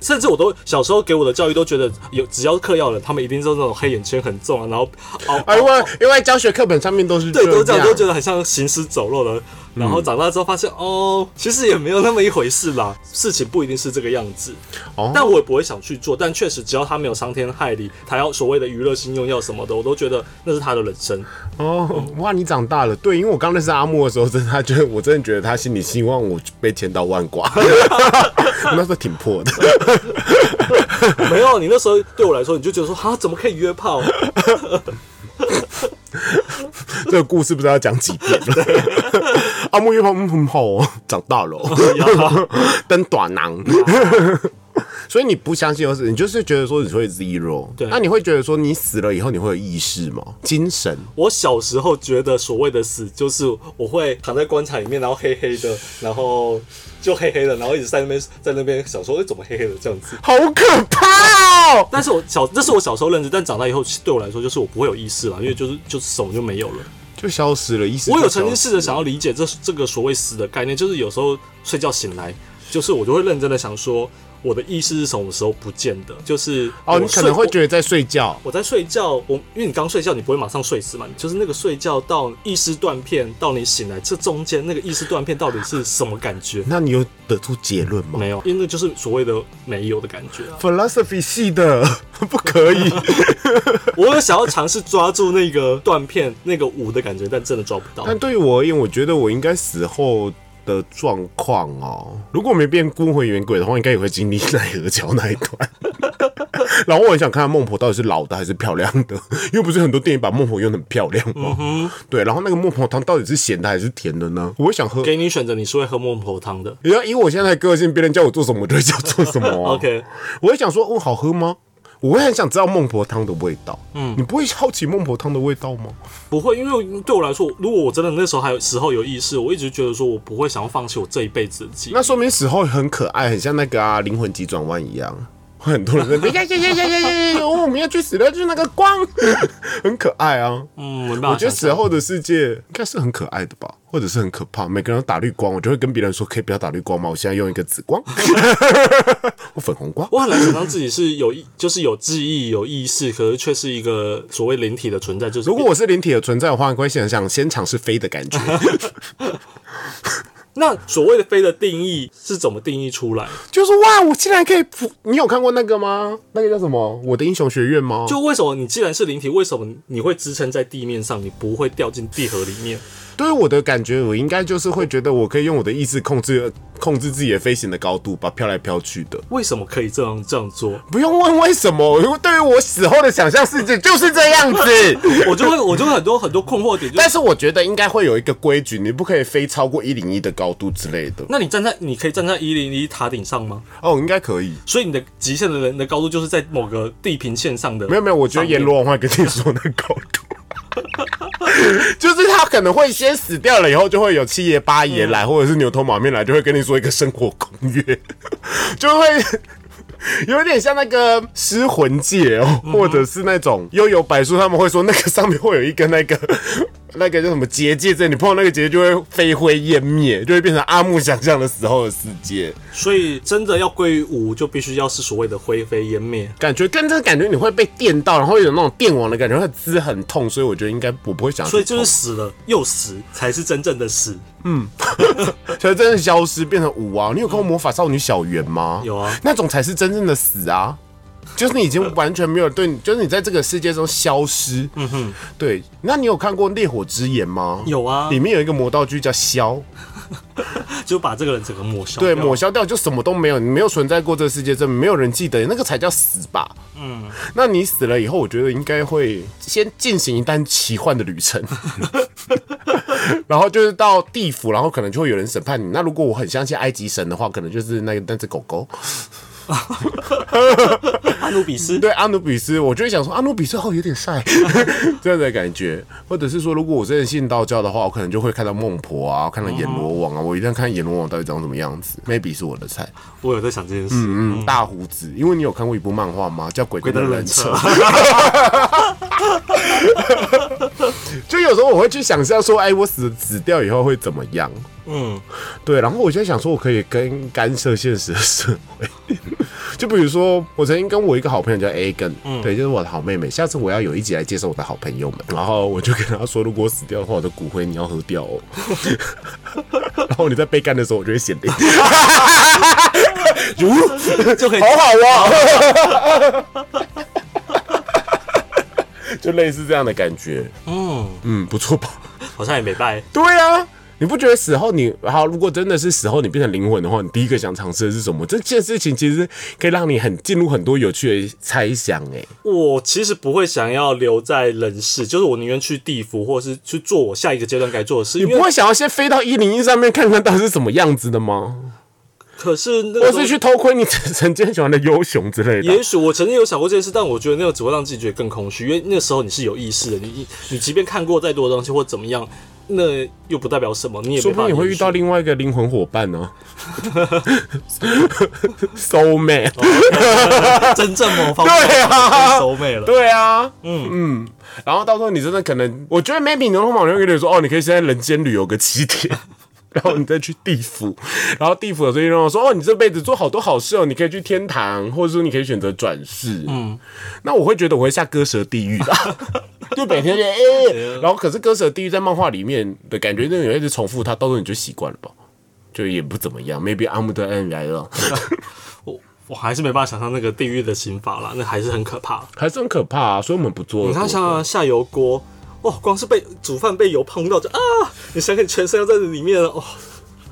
Speaker 2: 甚至我都小时候给我的教育都觉得有，只要嗑药的人，他们一定都是那种黑眼圈很重啊，然后熬
Speaker 1: 啊，因为因为教学课本上面都是
Speaker 2: 对，都这样，都嗯觉
Speaker 1: 样。
Speaker 2: 得很像行尸走肉了。然后长大之后发现，哦，其实也没有那么一回事啦，事情不一定是这个样子。
Speaker 1: 哦
Speaker 2: 但我也不会想去做。但确实，只要他没有伤天害理，他要所谓的娱乐性用药什么的，我都觉得那是他的人生。
Speaker 1: 哦，哇，你长大了。对，因为我刚认识阿木的时候，真的，他觉得我真的觉得他心里希望我被千刀万 剐。我那时候挺破的，
Speaker 2: 没有，你那时候对我来说，你就觉得说，哈，怎么可以约炮？
Speaker 1: 这个故事不知道要讲几遍了。 阿木约炮嗯很好哦，长大了哦， 登短囊。 所以你不相信有死，你就是觉得说你会 zero。
Speaker 2: 对
Speaker 1: 那你会觉得说你死了以后你会有意识吗？精神？
Speaker 2: 我小时候觉得所谓的死，就是我会躺在棺材里面，然后黑黑的，然后就黑黑的，然后一直在那边在那边想说，哎、怎么黑黑的这样子？
Speaker 1: 好可怕哦！
Speaker 2: 但是我小，这是我小时候认知，但长大以后，其实对我来说，就是我不会有意识了，因为就是就是什么就没有了。
Speaker 1: 就消失了。意思
Speaker 2: 我有
Speaker 1: 就消
Speaker 2: 曾经试着
Speaker 1: 失
Speaker 2: 想要理解这这个所谓死的概念，就是有时候睡觉醒来，就是我就会认真的想说，我的意识是什么时候不见的？就是
Speaker 1: 哦，
Speaker 2: 我
Speaker 1: 你可
Speaker 2: 睡
Speaker 1: 能会
Speaker 2: 我
Speaker 1: 觉得在睡觉，
Speaker 2: 我在睡觉，我因为你刚睡觉，你不会马上睡死嘛，就是那个睡觉到意识断片到你醒来这中间那个意识断片到底是什么 感觉？
Speaker 1: 那你有得出结论吗
Speaker 2: 没有，因为那就是所谓的没有的感觉啊。
Speaker 1: ？Philosophy 系的 不可以，
Speaker 2: 我有想要尝试抓住那个断片那个舞的感觉，但真的抓不到。
Speaker 1: 但对于我而言，我觉得我应该死后。的状况哦，如果没变孤魂远鬼的话，应该也会经历奈何桥那一段。 然后我很想看看孟婆到底是老的还是漂亮的，因为不是很多电影把孟婆用的很漂亮吗？
Speaker 2: 嗯
Speaker 1: 对，然后那个孟婆汤到底是咸的还是甜的呢？我会想喝。
Speaker 2: 给你选择，你是会喝孟婆汤的。
Speaker 1: 你要以我现在的个性，别人叫我做什么，我就会叫做什么、啊。
Speaker 2: OK
Speaker 1: 我会想说，哦，好喝吗？我会很想知道孟婆汤的味道。嗯，你不会好奇孟婆汤的味道吗？
Speaker 2: 不会，因为对我来说，如果我真的那时候还有时候有意识，我一直觉得说我不会想要放弃我这一辈子的记忆。
Speaker 1: 那说明死后很可爱，很像那个啊《灵魂急转弯》一样。会很多人在 那边哎呀呀呀呀呀呀呀！哦，我们要去死了，就是那个 光，很可爱啊。
Speaker 2: 嗯，没办法。
Speaker 1: 我觉得死，后的世界应该是很可爱的吧，或者是很可怕。每个人都打绿光，我就会跟别人说，可以不要打绿光吗？我现在用一个紫 光，我粉红光。
Speaker 2: 我很难想象自己是有意， 就是有记忆、有意识，可是却是一个所谓灵体的存在。就是
Speaker 1: 如果我是灵体的存在的话，会想想先尝试飞的 感觉。
Speaker 2: 那所谓的飞的定义是怎么定义出来？
Speaker 1: 就是哇，我竟然可以扑！你有看过那个吗？那个叫什么《我的英雄学院》吗？
Speaker 2: 就为什么你既然是灵体，为什么你会支撑在地面上，你不会掉进地核里面？
Speaker 1: 对于我的感觉，我应该就是会觉得我可以用我的意志控制控制自己的飞行的高度吧，飘来飘去的。
Speaker 2: 为什么可以这样这样做？
Speaker 1: 不用问为什么，因为对于我死后的想象世界就是这样子。
Speaker 2: 我就会我就会很多很多困惑点，就是
Speaker 1: 但是我觉得应该会有一个规矩，你不可以飞超过一零一的高度之类的。
Speaker 2: 那你站在你可以站在一零一塔顶上吗？
Speaker 1: 哦，应该可以。
Speaker 2: 所以你的极限的人的高度就是在某个地平线上的。
Speaker 1: 没有没有，我觉得阎罗王会跟你说那高度， 就是他可能会先死掉了，以后就会有七爷八爷
Speaker 2: 嗯
Speaker 1: 来，或者是牛头马面来，就会跟你说一个生活公约， 就会 有点像那个失魂界哦，
Speaker 2: 嗯
Speaker 1: 或者是那种悠游白书，他们会说那个上面会有一个那个 那个叫什么结界在，你碰到那个结界就会飞灰烟灭，就会变成阿木想象的死后的世界，
Speaker 2: 所以真的要归于无，就必须要是所谓的灰飞烟灭。
Speaker 1: 感觉跟这个感觉你会被电到，然后有那种电网的感觉，会滋很痛，所以我觉得应该我不会想要去碰，
Speaker 2: 所以就是死了又死，才是真正的死。
Speaker 1: 所以真的消失变成五啊！你有看过《魔法少女小圆》吗？
Speaker 2: 有啊
Speaker 1: 那种才是真正的死啊！就是你已经完全没有对你，就是你在这个世界中消失。嗯哼，对。那你有看过《烈火之眼》吗？
Speaker 2: 有啊
Speaker 1: 里面有一个魔道具叫消，
Speaker 2: 就把这个人整个抹消。
Speaker 1: 对，抹。消掉就什么都没有，你没有存在过这个世界，真的没有人记得你，那个才叫死吧？嗯。那你死了以后，我觉得应该会先进行一段奇幻的旅程。 然后就是到地府，然后可能就会有人审判你。那如果我很相信埃及神的话，可能就是那个那只狗狗，
Speaker 2: 阿努比斯。
Speaker 1: 对阿努比斯，我就会想说阿努比斯好有点 晒这样的感觉，或者是说，如果我真的信道教的话，我可能就会看到孟婆啊，看到阎罗王啊，我一定要看阎罗王到底长什么样子，maybe 是我的菜。
Speaker 2: 我有在想这件事。
Speaker 1: 嗯，大胡子，因为你有看过一部漫画吗？叫《鬼
Speaker 2: 鬼
Speaker 1: 灯
Speaker 2: 灯
Speaker 1: 的
Speaker 2: 人
Speaker 1: 人
Speaker 2: 车
Speaker 1: 车》。 就有时候我会去想象说，哎，我死死掉以后会怎么样？
Speaker 2: 嗯，
Speaker 1: 对，然后我就在想说，我可以跟干涉现实的社会。 就比如说，我曾经跟我一个好朋友叫 A 根，对，就是我的好妹妹。下次我要有一集来介绍我的好朋友们，然后我就跟她说，如果我死掉的话，我的骨灰你要喝掉哦。 然后你在被干的时候，我就会显灵。 哟，
Speaker 2: 嗯就可以
Speaker 1: 好好哦。就类似这样的感觉，
Speaker 2: 嗯，
Speaker 1: 嗯，不错吧？
Speaker 2: 好像也没败。
Speaker 1: 对啊，你不觉得死后你好？如果真的是死后你变成灵魂的话，你第一个想尝试的是什么？这件事情其实可以让你很进入很多有趣的猜想、欸，
Speaker 2: 我其实不会想要留在人世，就是我宁愿去地府，或是去做我下一个阶段该做的事。
Speaker 1: 你
Speaker 2: 因
Speaker 1: 不
Speaker 2: 为
Speaker 1: 会想要先飞到一零一上面看看到底是什么样子的吗？
Speaker 2: 可是那
Speaker 1: 或
Speaker 2: 个
Speaker 1: 是去偷窥你曾经喜欢的优雄之类
Speaker 2: 也
Speaker 1: 的。
Speaker 2: 许我曾经有想过这件事，但我觉得那个只会让自己觉得更空虚，因为那时候你是有意识的，你你你即便看过再多的东西或怎么样，那又不代表什么，你也
Speaker 1: 说
Speaker 2: 没
Speaker 1: 不
Speaker 2: 办法
Speaker 1: 定你会
Speaker 2: 延
Speaker 1: 遇
Speaker 2: 续
Speaker 1: 到另外一个灵魂伙伴呢、soul mate。
Speaker 2: 真正某方面
Speaker 1: 对啊，
Speaker 2: 收妹了。
Speaker 1: 对啊，嗯嗯，然后到时候你真的可能，我觉得 maybe 牛头马面跟你说，哦，你可以先在人间旅游个七天。 然后你再去地府，然后地府有最近让我说，哦，你这辈子做好多好事哦，你可以去天堂，或者说你可以选择转世。嗯，那我会觉得我会下割舌地狱 吧，就每天就哎、然后可是割舌地狱在漫画里面的感觉，那种一直重复它，到时候你就习惯了吧，就也不怎么样。Maybe I'm the end 来了，
Speaker 2: 我我还是没办法想象那个地狱的刑罚啦，那还是很可怕。
Speaker 1: 还是很可怕啊，所以我们不做。
Speaker 2: 你看，像啊下油锅，哇，光是被煮饭被油碰到就啊，你想想你全身要在里面了，哇、哦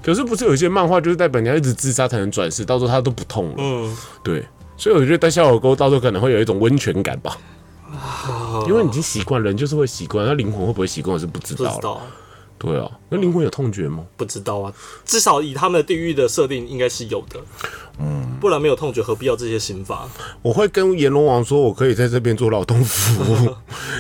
Speaker 1: 可是不是有一些漫画就是代表你要一直自杀才能转世，到时候他都不痛了。
Speaker 2: 嗯，
Speaker 1: 对，所以我觉得戴小狗沟到时候可能会有一种温泉感吧，
Speaker 2: 哦
Speaker 1: 因为你已经习惯了，人就是会习惯，那灵魂会不会习惯我是不知
Speaker 2: 不
Speaker 1: 道
Speaker 2: 知
Speaker 1: 了。
Speaker 2: 道，
Speaker 1: 对啊，那灵魂有痛觉吗？
Speaker 2: 不知道啊，至少以他们的地狱的设定应该是有的，嗯，不然没有痛觉何必要这些刑罚？
Speaker 1: 我会跟阎罗王说，我可以在这边做劳动服 务，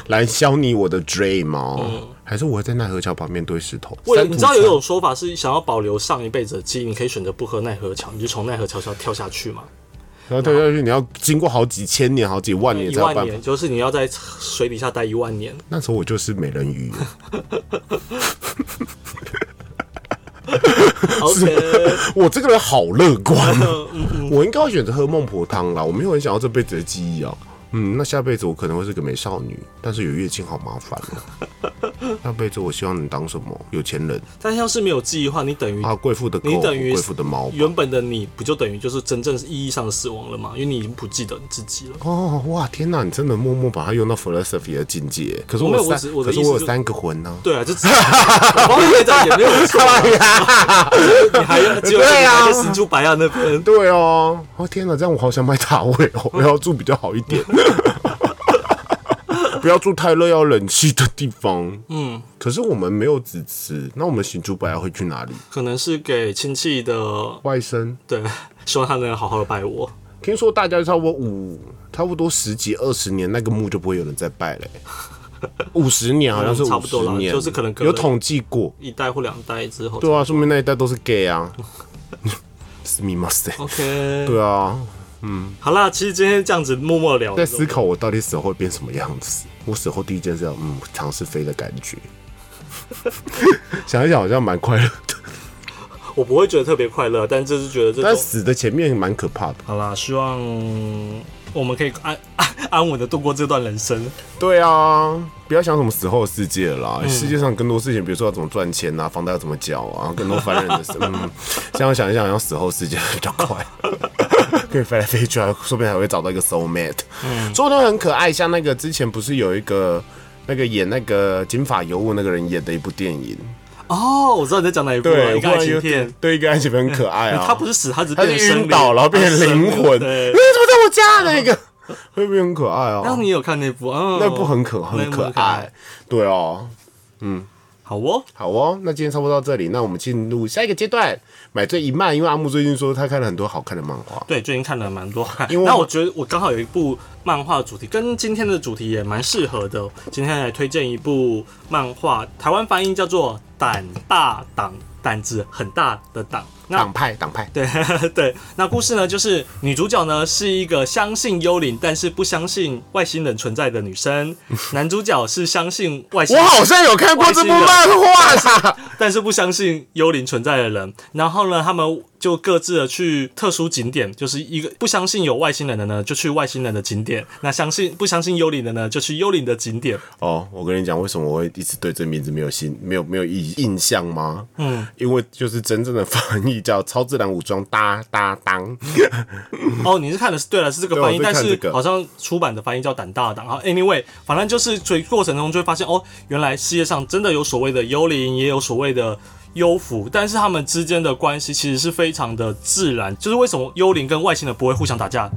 Speaker 1: 来消你我的 dream 哦。还是我会在奈何桥旁边堆石头？
Speaker 2: 为了
Speaker 1: 三途
Speaker 2: 嗯你知道有一
Speaker 1: 川
Speaker 2: 种说法是想要保留上一辈子的记忆，你可以选择不喝奈何桥，你就从奈何桥上跳下去嘛，
Speaker 1: 然后掉下去，你要经过好几千年、好几万年
Speaker 2: 一
Speaker 1: 才有
Speaker 2: 万
Speaker 1: 办法。
Speaker 2: 年就是你要在水底下待一万年，
Speaker 1: 那时候我就是美人鱼，
Speaker 2: OK，嗯
Speaker 1: 我这个人好乐观。啊我应该会选择喝孟婆汤啦，我没有很想要这辈子的记忆啊。嗯，那下辈子我可能会是个美少女，但是有月经好麻烦 哦。下辈子我希望能当什么？有钱人
Speaker 2: 但要是没有记忆的话，你等于
Speaker 1: 啊，贵妇的狗，
Speaker 2: 你等于
Speaker 1: 贵妇的猫。
Speaker 2: 原本的你，不就等于就是真正意义上的死亡了吗？因为你已经不记得你自己了。
Speaker 1: 哦，哇，天哪！你真的默默把它用到 philosophy 的境界。可是
Speaker 2: 我没有
Speaker 1: 有
Speaker 2: 我只
Speaker 1: 三，
Speaker 2: 我的
Speaker 1: 可是
Speaker 2: 意思
Speaker 1: 我有
Speaker 2: 就
Speaker 1: 三个魂呢、
Speaker 2: 对啊，就我方面在也没有错、啊，你还要只有
Speaker 1: 对啊
Speaker 2: 你还在死猪白亚那 边。
Speaker 1: 对哦，哦天哪，这样我好想买塔位 哦，我要住比较好一点， 不要住太热要冷气的地方。嗯，可是我们没有子吃，那我们行猪白要会去哪里？
Speaker 2: 可能是给亲戚的，
Speaker 1: 外甥，
Speaker 2: 对，希望他能好好的拜我。
Speaker 1: 听说大家差不多五，差不多十几二十年那个墓就不会有人再拜 嘞、五十年好像是
Speaker 2: 嗯差
Speaker 1: 五
Speaker 2: 不
Speaker 1: 十
Speaker 2: 多啦
Speaker 1: 年，
Speaker 2: 就是可能隔了
Speaker 1: 有统计过，
Speaker 2: 一代或两代之后
Speaker 1: 对啊，说明那一代都是 gay 啊， 是密码塞，
Speaker 2: ，OK，
Speaker 1: 对啊，
Speaker 2: 好啦，其实今天这样子默默聊，
Speaker 1: 在思考我到底死后会变什么样子。我死后第一件事要，嗯，尝试飞的感觉。 想一想，好像蛮快乐的，
Speaker 2: 我不会觉得特别快乐，但就是觉得这
Speaker 1: 但
Speaker 2: 种
Speaker 1: 死的前面蛮可怕的。
Speaker 2: 好啦，希望我们可以安安安稳的度过这段人生。
Speaker 1: 对啊，不要想什么死后的世界了啦，世界上更多事情，比如说要怎么赚钱啊，房贷要怎么缴啊，更多烦人的事。嗯，这样想一想，要死后世界比较 快。可以飞来飞去啊，说不定还会找到一个 soul mate。嗯，说的很可爱，像那个之前不是有一个那个演那个金发尤物那个人演的一部电影，
Speaker 2: 哦，我知道你在讲哪一部了，
Speaker 1: 对，
Speaker 2: 一个爱情片。
Speaker 1: 对一个爱情片很可爱啊。
Speaker 2: 他不是死，他只是
Speaker 1: 他
Speaker 2: 变成
Speaker 1: 是
Speaker 2: 生
Speaker 1: 晕
Speaker 2: 灵啊
Speaker 1: 倒，然后变成灵魂。
Speaker 2: 对
Speaker 1: 你 怎，么在我家那个？会不会很可爱
Speaker 2: 那
Speaker 1: 哦？
Speaker 2: 你有看那部？嗯，
Speaker 1: 那部很可
Speaker 2: 那
Speaker 1: 很
Speaker 2: 部
Speaker 1: 可爱。，对哦，
Speaker 2: 好哦，
Speaker 1: 好哦，那今天差不多到这里，那我们进入下一个阶段，买醉一漫。因为阿木最近说他看了很多好看的漫画，
Speaker 2: 对，最近看了蛮多。
Speaker 1: 因为
Speaker 2: 那我觉得我刚好有一部漫画主题，跟今天的主题也蛮适合的。哦今天来推荐一部漫画，台湾翻译叫做《胆大党》，胆子很大的胆。那
Speaker 1: 党派党派，
Speaker 2: 对对，那故事呢，就是女主角呢是一个相信幽灵，但是不相信外星人存在的女生。男主角是相信外星
Speaker 1: 我
Speaker 2: 人，
Speaker 1: 好像有看过这部漫画啦。
Speaker 2: 但是不相信幽灵存在的人。然后呢，他们就各自的去特殊景点，就是一个不相信有外星人的呢，就去外星人的景点；那相信不相信幽灵的呢，就去幽灵的景点。
Speaker 1: 哦，我跟你讲，为什么我会一直对这名字没有心没有没有印印象吗？嗯，因为就是真正的翻译叫《超自然武装搭搭当》。
Speaker 2: 哦，你是看的是对了，是这个
Speaker 1: 对
Speaker 2: 翻译，
Speaker 1: 我是
Speaker 2: 但
Speaker 1: 看
Speaker 2: 是
Speaker 1: 这个
Speaker 2: 好像出版的翻译叫胆大党。好，anyway，反正就是追过程中就会发现，哦，原来世界上真的有所谓的幽灵，也有所谓的。幽浮，但是他们之间的关系其实是非常的自然，就是为什么幽灵跟外星人不会互相打架，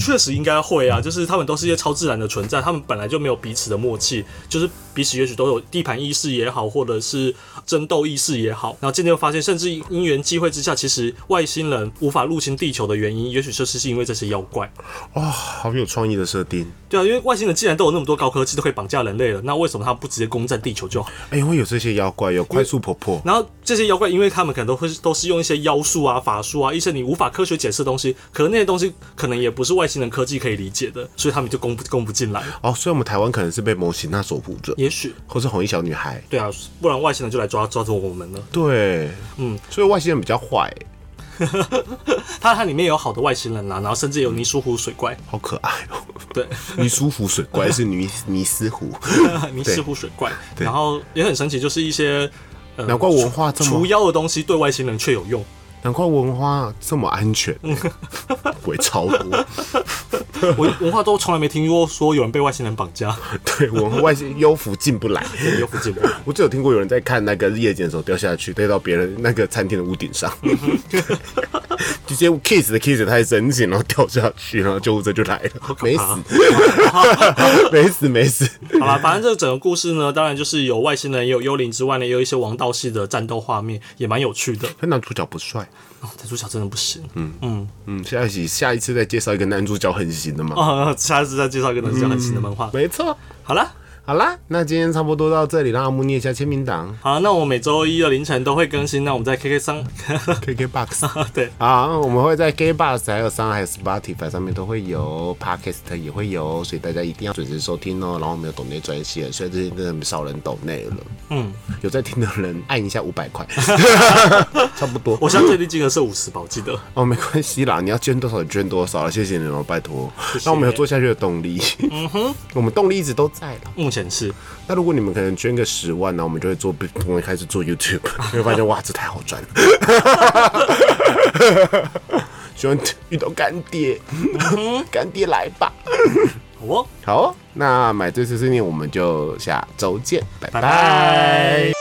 Speaker 2: 确实应该会啊，就是他们都是一些超自然的存在，他们本来就没有彼此的默契，就是彼此也许都有地盘意识也好，或者是争斗意识也好，然后渐渐发现，甚至因缘际会之下，其实外星人无法入侵地球的原因，也许就是因为这些妖怪。
Speaker 1: 哇、好有创意的设定！
Speaker 2: 对啊，因为外星人既然都有那么多高科技，都可以绑架人类了，那为什么他不直接攻占地球就好？
Speaker 1: 哎、会有这些妖怪，有快速婆婆，
Speaker 2: 然后这些妖怪，因为他们可能都会都是用一些妖术啊、法术啊，一些你无法科学解释的东西，可能那些东西可能也不是外星人科技可以理解的，所以他们就攻不攻不进来。
Speaker 1: 哦，所以我们台湾可能是被摩西那所护着，
Speaker 2: 也许
Speaker 1: 或是红衣小女孩。
Speaker 2: 对啊，不然外星人就来抓抓住我们了。
Speaker 1: 对，嗯，所以外星人比较坏，
Speaker 2: 它它里面有好的外星人啦、然后甚至有泥鼠湖水怪，
Speaker 1: 好可爱哦、
Speaker 2: 对，
Speaker 1: 尼斯湖水怪是尼尼斯湖，
Speaker 2: 泥石湖水怪，然后也很神奇，就是一些。呃
Speaker 1: 难怪文化这么
Speaker 2: 除妖的东西对外星人却有用，
Speaker 1: 难怪文化这么安全、 鬼超多。
Speaker 2: 文文化都从来没听过说有人被外星人绑架，
Speaker 1: 对，文化外星幽浮进不来。
Speaker 2: 有附近吗？
Speaker 1: 我只有听过有人在看那个夜景的时候掉下去，掉到别人那个餐厅的屋顶上，直接 kiss 的 kiss 得太深情，然后掉下去，然后救护车就来了，没死， 没死，没死。
Speaker 2: 好啦，反正这整个故事呢，当然就是有外星人，也有幽灵之外呢，也有一些王道系的战斗画面，也蛮有趣的。
Speaker 1: 可男主角不帅，
Speaker 2: 哦，男主角真的不行，
Speaker 1: 嗯，下一集下一次再介绍一个男主角很行的嘛，
Speaker 2: 哦，下次再介绍一个男主角很新的漫画。
Speaker 1: 没错。
Speaker 2: 好啦，
Speaker 1: 好啦，那今天差不多到这里，让阿木念一下签名档
Speaker 2: 好，那我每周一的凌晨都会更新，那我们在 KK 上，
Speaker 1: ，KKBOX。
Speaker 2: 对，
Speaker 1: 啊，我们会在 Gay Bus、还有上海 Spotify 上面都会有，Podcast 也会有，所以大家一定要准时收听哦。然后我们有抖内专线，虽然最近真的很少人抖内了，嗯，有在听的人按一下五 百块，差不多。
Speaker 2: 我现在最低金额是五十吧，我记得。
Speaker 1: 哦，没关系啦，你要捐多少就捐多少了，谢谢你哦，拜托，让我们有做下去的动力。嗯哼，我们动力一直都在啦。
Speaker 2: 目前是，
Speaker 1: 那如果你们可能捐个十万呢，我们就会做，我们开始做 YouTube，你会发现哇，这太好赚了。 希望遇到干爹， 干爹来吧。
Speaker 2: 好哦，
Speaker 1: 好，那买醉碎碎念，我们就下周见，拜
Speaker 2: 拜
Speaker 1: 拜
Speaker 2: 拜。